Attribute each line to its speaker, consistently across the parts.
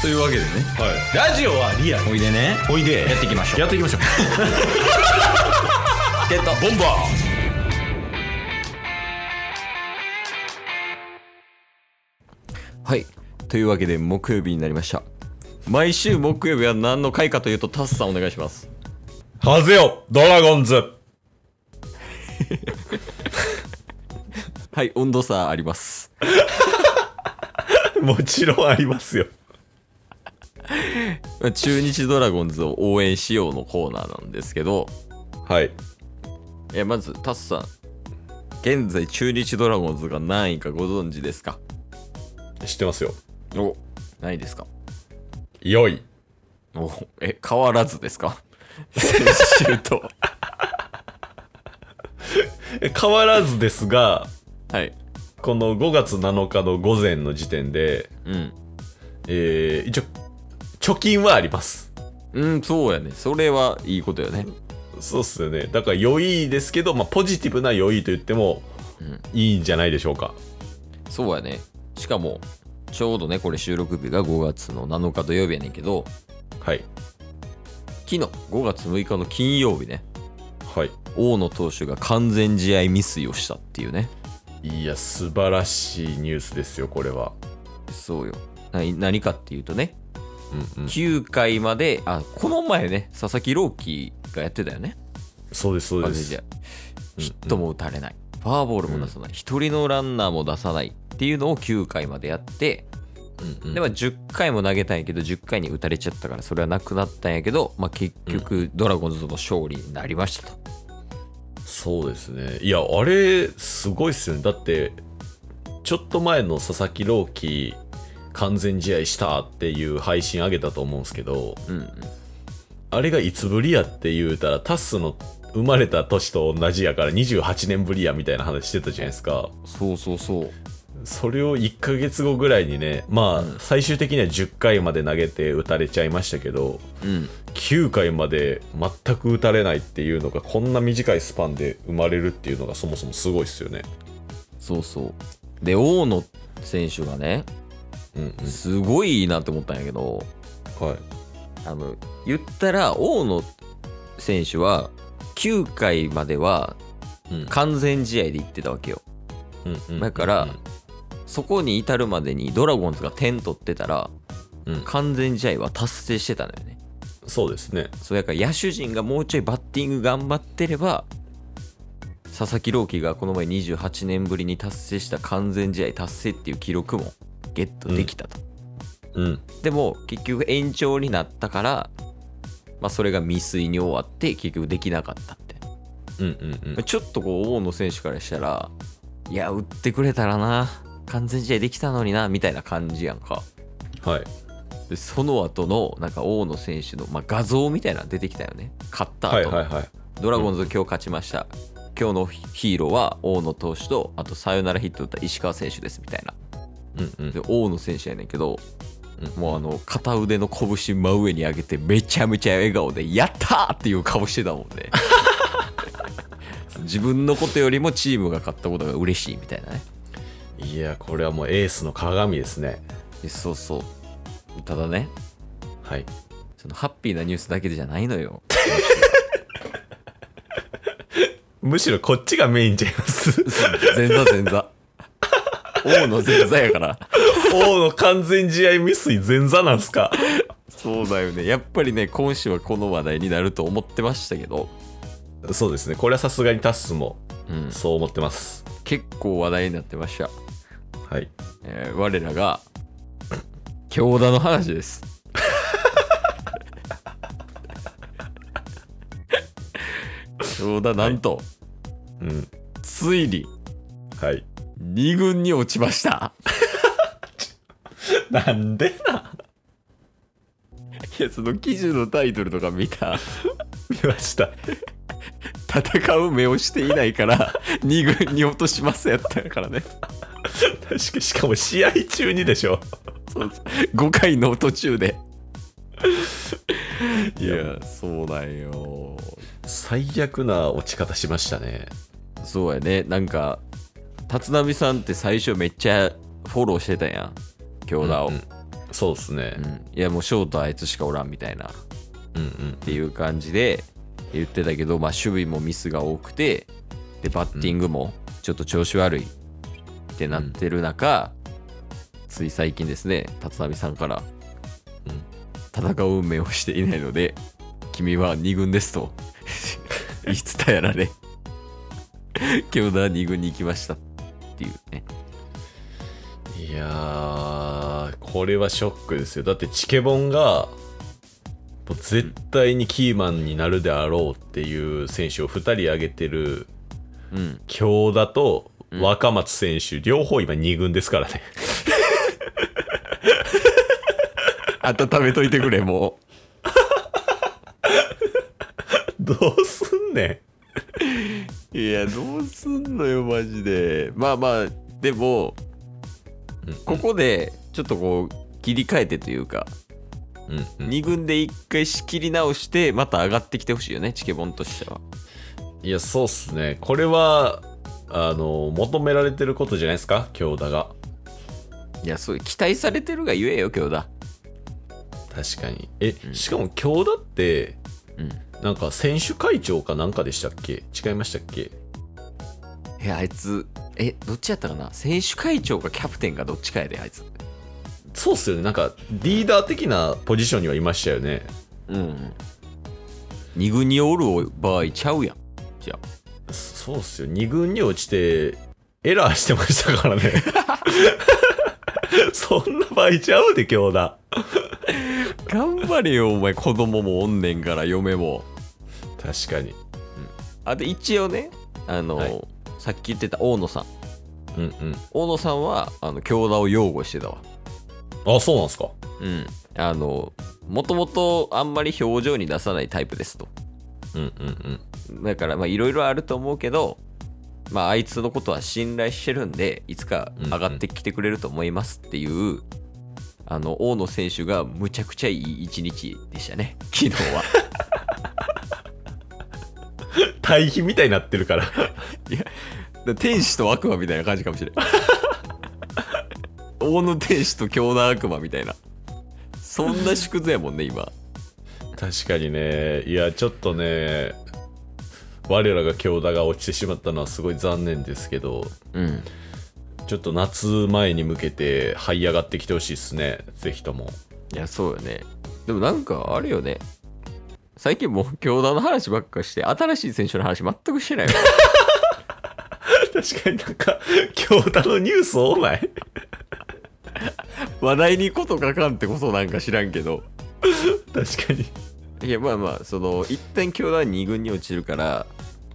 Speaker 1: というわけでね
Speaker 2: はい、ラジオはリアル
Speaker 1: おいでね
Speaker 2: おいで
Speaker 1: やっていきましょう
Speaker 2: やっていきましょう
Speaker 1: ゲット
Speaker 2: ボンバ
Speaker 1: はいというわけで木曜日になりました毎週木曜日は何の回かというとタスさんお願いします
Speaker 2: ーはぜよドラゴンズ
Speaker 1: はい温度差あります
Speaker 2: もちろんありますよ
Speaker 1: 中日ドラゴンズを応援しようのコーナーなんですけど
Speaker 2: はい
Speaker 1: いやまずタスさん現在中日ドラゴンズが何位かご存知ですか
Speaker 2: 知ってますよ
Speaker 1: おないですか
Speaker 2: 良い
Speaker 1: おえ変わらずですか 先週 と
Speaker 2: え変わらずですが
Speaker 1: はい
Speaker 2: この5月7日の午前の時点で、
Speaker 1: うん
Speaker 2: えー、一応貯金はあります
Speaker 1: うんそうやねそれはいいことやね
Speaker 2: そうっすよねだから良いですけど、まあ、ポジティブな良いと言っても
Speaker 1: うん
Speaker 2: いいんじゃないでしょうか
Speaker 1: そうやね。しかも、ちょうどね、これ収録日が5月の7日土曜日やねんけど、
Speaker 2: はい
Speaker 1: 昨日、5月6日の金曜日ね、
Speaker 2: はい
Speaker 1: 大野投手が完全試合未遂をしたっていうね。
Speaker 2: いや素晴らしいニュースですよこれは
Speaker 1: そうよ。な何かっていうとね、
Speaker 2: うんうん
Speaker 1: 9回まで、あ、この前ね、佐々木朗希がやってたよね、
Speaker 2: そうですそう
Speaker 1: 完
Speaker 2: で
Speaker 1: 全試合
Speaker 2: す。
Speaker 1: ヒットも打たれない、フォアボールも出さない、一人のランナーも出さないっていうのを9回までやって、
Speaker 2: うんうん
Speaker 1: でまあ10回も投げたんやけど10回に打たれちゃったからそれはなくなったんやけど、まあ、結局ドラゴンズの勝利になりましたと、
Speaker 2: そうですね。いや、あれ、すごいっすよね。だって、ちょっと前の佐々木朗希、完全試合したっていう配信上げたと思うんですけど、
Speaker 1: うん
Speaker 2: あれがいつぶりやって言うたら、タスの生まれた年と同じやから28年ぶりやみたいな話してたじゃないですか。
Speaker 1: そうそうそう
Speaker 2: それを1ヶ月後ぐらいにね、まあ、最終的には10回まで投げて打たれちゃいましたけど、
Speaker 1: うん
Speaker 2: 9回まで全く打たれないっていうのがこんな短いスパンで生まれるっていうのがそもそもすごいっすよね。
Speaker 1: そうそうで大野選手がね
Speaker 2: うんうん
Speaker 1: すごいいいなって思ったんやけど
Speaker 2: はい、
Speaker 1: あの言ったら大野選手は9回までは
Speaker 2: うん
Speaker 1: 完全試合で行ってたわけよ
Speaker 2: うんうん
Speaker 1: だからそこに至るまでにドラゴンズが点取ってたら
Speaker 2: うんうん
Speaker 1: 完全試合は達成してたのよね
Speaker 2: そうですね
Speaker 1: そうやから野手陣がもうちょいバッティング頑張ってれば佐々木朗希がこの前28年ぶりに達成した完全試合達成っていう記録もゲットできたと、
Speaker 2: うん
Speaker 1: でも結局延長になったから、まあ、それが未遂に終わって結局できなかったって、
Speaker 2: うんうんうん
Speaker 1: ちょっとこう大野選手からしたらいや打ってくれたらな完全試合できたのになみたいな感じやんか
Speaker 2: はい
Speaker 1: でその後のなんか大野選手の、まあ、画像みたいなの出てきたよね勝った後
Speaker 2: はい
Speaker 1: の
Speaker 2: はいはい
Speaker 1: ドラゴンズ今日勝ちました。今日のヒーローは大野投手と、あとサヨナラヒット打った石川選手ですみたいな。
Speaker 2: うんうん
Speaker 1: で、大野選手やねんけど、
Speaker 2: う
Speaker 1: もうあの、片腕の拳真上に上げて、めちゃめちゃ笑顔で、やったーっていう顔してたもんね。 自分のことよりもチームが勝ったことが嬉しいみたいなね。
Speaker 2: いやこれはもうエースの鏡ですね
Speaker 1: でそうそう。ただね、
Speaker 2: はい
Speaker 1: そのハッピーなニュースだけじゃないのよ。
Speaker 2: むしろこっちがメインちゃいます
Speaker 1: 前座前座。大野前座やから。
Speaker 2: 王の完全試合未遂前座なんすか
Speaker 1: そうだよね。やっぱりね、今週はこの話題になると思ってましたけど、
Speaker 2: そうですねこれはさすがにタッスも
Speaker 1: うん、
Speaker 2: そう思ってます、
Speaker 1: 結構話題になってました。
Speaker 2: はい
Speaker 1: えー我らが、京田の話です。京田、なんと、
Speaker 2: うん
Speaker 1: ついに
Speaker 2: はい
Speaker 1: 2軍に落ちました。
Speaker 2: なんでない
Speaker 1: や、その記事のタイトルとか見た、
Speaker 2: 見ました
Speaker 1: 戦う目をしていないから、2軍に 落としますやったからね。
Speaker 2: 確かしかも試合中にでしょ
Speaker 1: 5回の途中で。い
Speaker 2: いや
Speaker 1: や、そうだよ。
Speaker 2: 最悪な落ち方しましたね
Speaker 1: そうやね。なんか、立浪さんって最初めっちゃフォローしてたやん。京田を。
Speaker 2: うんうんそうですね
Speaker 1: う。ん、いやもうショートあいつしかおらんみたいなっ
Speaker 2: うんうん。
Speaker 1: ていう感じで言ってたけど、まあ、守備もミスが多くてでバッティングもちょっと調子悪いってなってる中、つい最近ですね立浪さんから、
Speaker 2: うん
Speaker 1: 戦う運命をしていないので 君は2軍ですと 言い伝えられ 今日だ2軍に行きましたっていうね
Speaker 2: いやー、これはショックですよ。だってチケボンが、もう絶対にキーマンになるであろうっていう選手を2人挙げてる
Speaker 1: うん
Speaker 2: 京田と若松選手、両方今2軍ですからね。
Speaker 1: 温めといてくれも
Speaker 2: どうすんねん。
Speaker 1: ういやどうすんのよマジでまあまあでも
Speaker 2: うん
Speaker 1: ここでちょっとこう切り替えてというか
Speaker 2: うんうん
Speaker 1: 2軍で1回仕切り直してまた上がってきてほしいよねチケボンとしてはい
Speaker 2: や、そうっすね。これは、あの、求められてることじゃないですか、京田が。
Speaker 1: いやそう期待されてるがゆえよ京田
Speaker 2: 確かに。え、
Speaker 1: うん
Speaker 2: しかも京田って、
Speaker 1: うん
Speaker 2: なんか選手会長かなんかでしたっけ違いましたっけ
Speaker 1: えあいつえどっちやったかな選手会長かキャプテンかどっちかやであいつ
Speaker 2: そうっすよね。なんか、リーダー的なポジションにはいましたよね。
Speaker 1: うん2軍におる場合ちゃうやんじゃあ
Speaker 2: そうっすよ。2軍に落ちて、エラーしてましたから ね。そんな場合ちゃうで、京田。
Speaker 1: 頑張れよお前子供もおんねんから嫁も
Speaker 2: 確かに。
Speaker 1: あで一応ねあの、
Speaker 2: はい
Speaker 1: さっき言ってた大野さん
Speaker 2: うんうん。
Speaker 1: 大野さんはあの京田を擁護してたわ
Speaker 2: あ、そうなんすか。
Speaker 1: うんあのもともとあんまり表情に出さないタイプですと
Speaker 2: うんうんうん。
Speaker 1: だからまあいろいろあると思うけどまああいつのことは信頼してるんでいつか上がってきてくれると思いますっていう、あの大野選手がむちゃくちゃいい一日でしたね昨日 は
Speaker 2: 対比みたいになってるから。
Speaker 1: 天使と悪魔みたいな感じかもしれ ない大野天使と京田悪魔みたいなそんな縮図やもんね今
Speaker 2: 確かにね。いや、ちょっとね、我らが京田が落ちてしまったのはすごい残念ですけど、
Speaker 1: うん
Speaker 2: ちょっと夏前に向けて這い上がってきてほしいですね。ぜひとも。
Speaker 1: いやそうよねでもなんかあるよね最近もう京田の話ばっかして新しい選手の話全くしてないわ
Speaker 2: 確かになんか、京田のニュース多ない
Speaker 1: 話題にこと書かんってことなんか知らんけど
Speaker 2: 確かに。
Speaker 1: いやまあまあその一旦京田は2軍に落ちるから、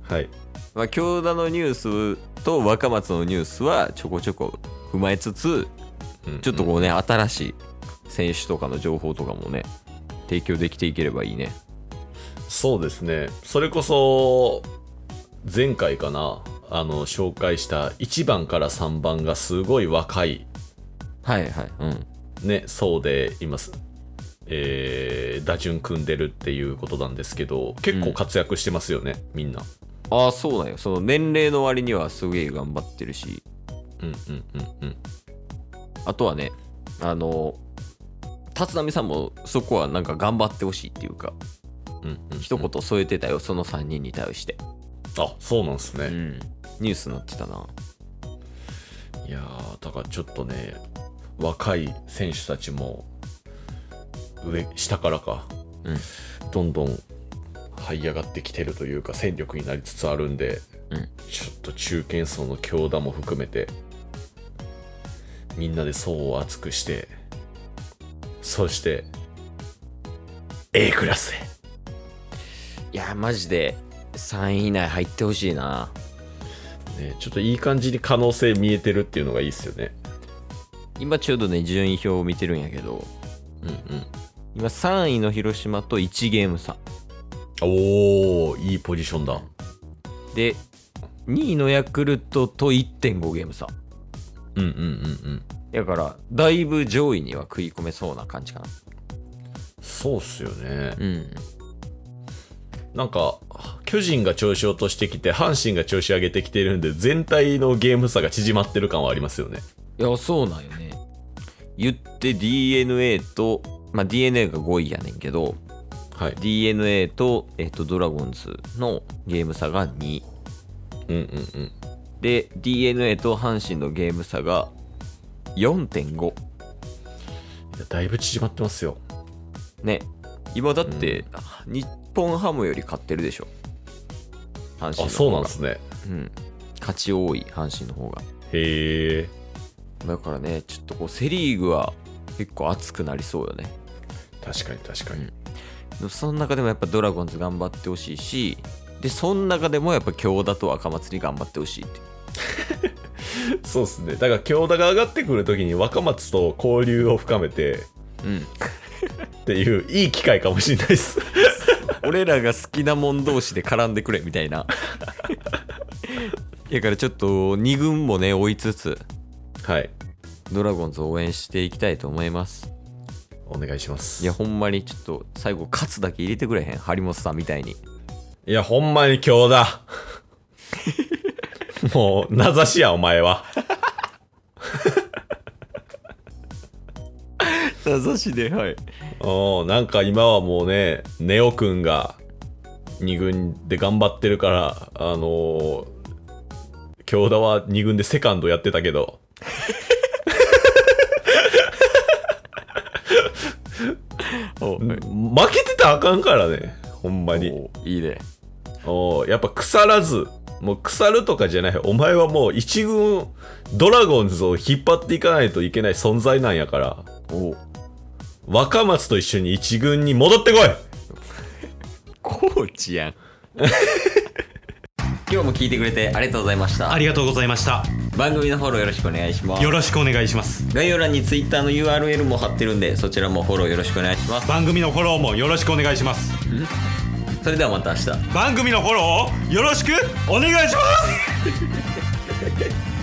Speaker 2: はい。
Speaker 1: まあ、京田のニュースと若松のニュースはちょこちょこ踏まえつつちょっとこうね、新しい選手とかの情報とかもね提供できていければいいね
Speaker 2: そうですね。それこそ、前回かな、あの、紹介した1番から3番がすごい若い
Speaker 1: はいはいうん
Speaker 2: ね、そうでいます。えー、打順組んでるっていうことなんですけど、結構活躍してますよね、みんな。
Speaker 1: ああそうだよその年齢の割にはすげえ頑張ってるし
Speaker 2: うんうんうんうん。
Speaker 1: あとはね、あの、立浪さんもそこはなんか頑張ってほしいっていうか、
Speaker 2: うんうん、
Speaker 1: 一言添えてたよ、その3人に対して。
Speaker 2: あそうなんです
Speaker 1: う
Speaker 2: ね、
Speaker 1: ん。ニュースになってたな。
Speaker 2: いやーだからちょっとね若い選手たちも上下からか、
Speaker 1: うん
Speaker 2: どんどん這い上がってきてるというか戦力になりつつあるんで、
Speaker 1: うん
Speaker 2: ちょっと中堅層の強打も含めてみんなで層を厚くしてそして A クラスへ
Speaker 1: いや、マジで3位以内入ってほしいな。
Speaker 2: ね、ちょっといい感じに可能性見えてるっていうのがいいですよね。
Speaker 1: 今ちょうどね、順位表を見てるんやけど、
Speaker 2: うんうん、
Speaker 1: 今3位の広島と1ゲーム差。
Speaker 2: おーいいポジションだ。
Speaker 1: で、2位のヤクルトと1.5ゲーム差。
Speaker 2: うんうんうんうん
Speaker 1: だから、だいぶ上位には食い込めそうな感じかな。
Speaker 2: そうっすよね、
Speaker 1: うん。
Speaker 2: なんか巨人が調子を落としてきて阪神が調子上げてきてるんで全体のゲーム差が縮まってる感はありますよね
Speaker 1: いやそうなんよね言って DNA と、まあ、DNA が5位やねんけど、
Speaker 2: はい
Speaker 1: DNA と,、えっとドラゴンズのゲーム差が2
Speaker 2: うんうんうん
Speaker 1: で DNA と阪神のゲーム差が4.5
Speaker 2: いやだいぶ縮まってますよ
Speaker 1: ね今だって、日本ハムより勝ってるでしょ阪神
Speaker 2: あ
Speaker 1: の
Speaker 2: そう
Speaker 1: 方
Speaker 2: な
Speaker 1: が
Speaker 2: んですね
Speaker 1: うん勝ち多い阪神の方が
Speaker 2: へえ
Speaker 1: だからねちょっとこうセ・リーグは結構熱くなりそうよね
Speaker 2: 確かに確かに、
Speaker 1: でもその中でもやっぱドラゴンズ頑張ってほしいしでその中でもやっぱ京田と若松に頑張ってほしいって
Speaker 2: そうですねだから京田が上がってくるときに若松と交流を深めて
Speaker 1: うん
Speaker 2: っていういい機会かもしれないです
Speaker 1: 俺らが好きなもん同士で絡んでくれみたい なだからちょっと2軍もね追いつつ
Speaker 2: はい
Speaker 1: ドラゴンズを応援していきたいと思います
Speaker 2: お願いします
Speaker 1: いやほんまにちょっと最後勝つだけ入れてくれへん張本さんみたいに
Speaker 2: いやほんまに京 田もう名指しやお前は
Speaker 1: 名指しではい
Speaker 2: おなんか今はもうねネオくんが2軍で頑張ってるからあのー京田は2軍でセカンドやってたけど負けてたらあかんからねほんまに
Speaker 1: いいね
Speaker 2: おやっぱ腐らずもう腐るとかじゃないお前はもう1軍ドラゴンズを引っ張っていかないといけない存在なんやから
Speaker 1: お
Speaker 2: 若松と一緒に1軍に戻ってこい
Speaker 1: コーチやん 今日も聞いてくれてありがとうございました
Speaker 3: ありがとうございました
Speaker 1: 番組のフォローよろしくお願いします
Speaker 3: よろしくお願いします
Speaker 1: 概要欄に Twitter の URL も貼ってるんでそちらもフォローよろしくお願いします
Speaker 3: 番組のフォローもよろしくお願いします
Speaker 1: それではまた明日
Speaker 3: 番組のフォローをよろしくお願いします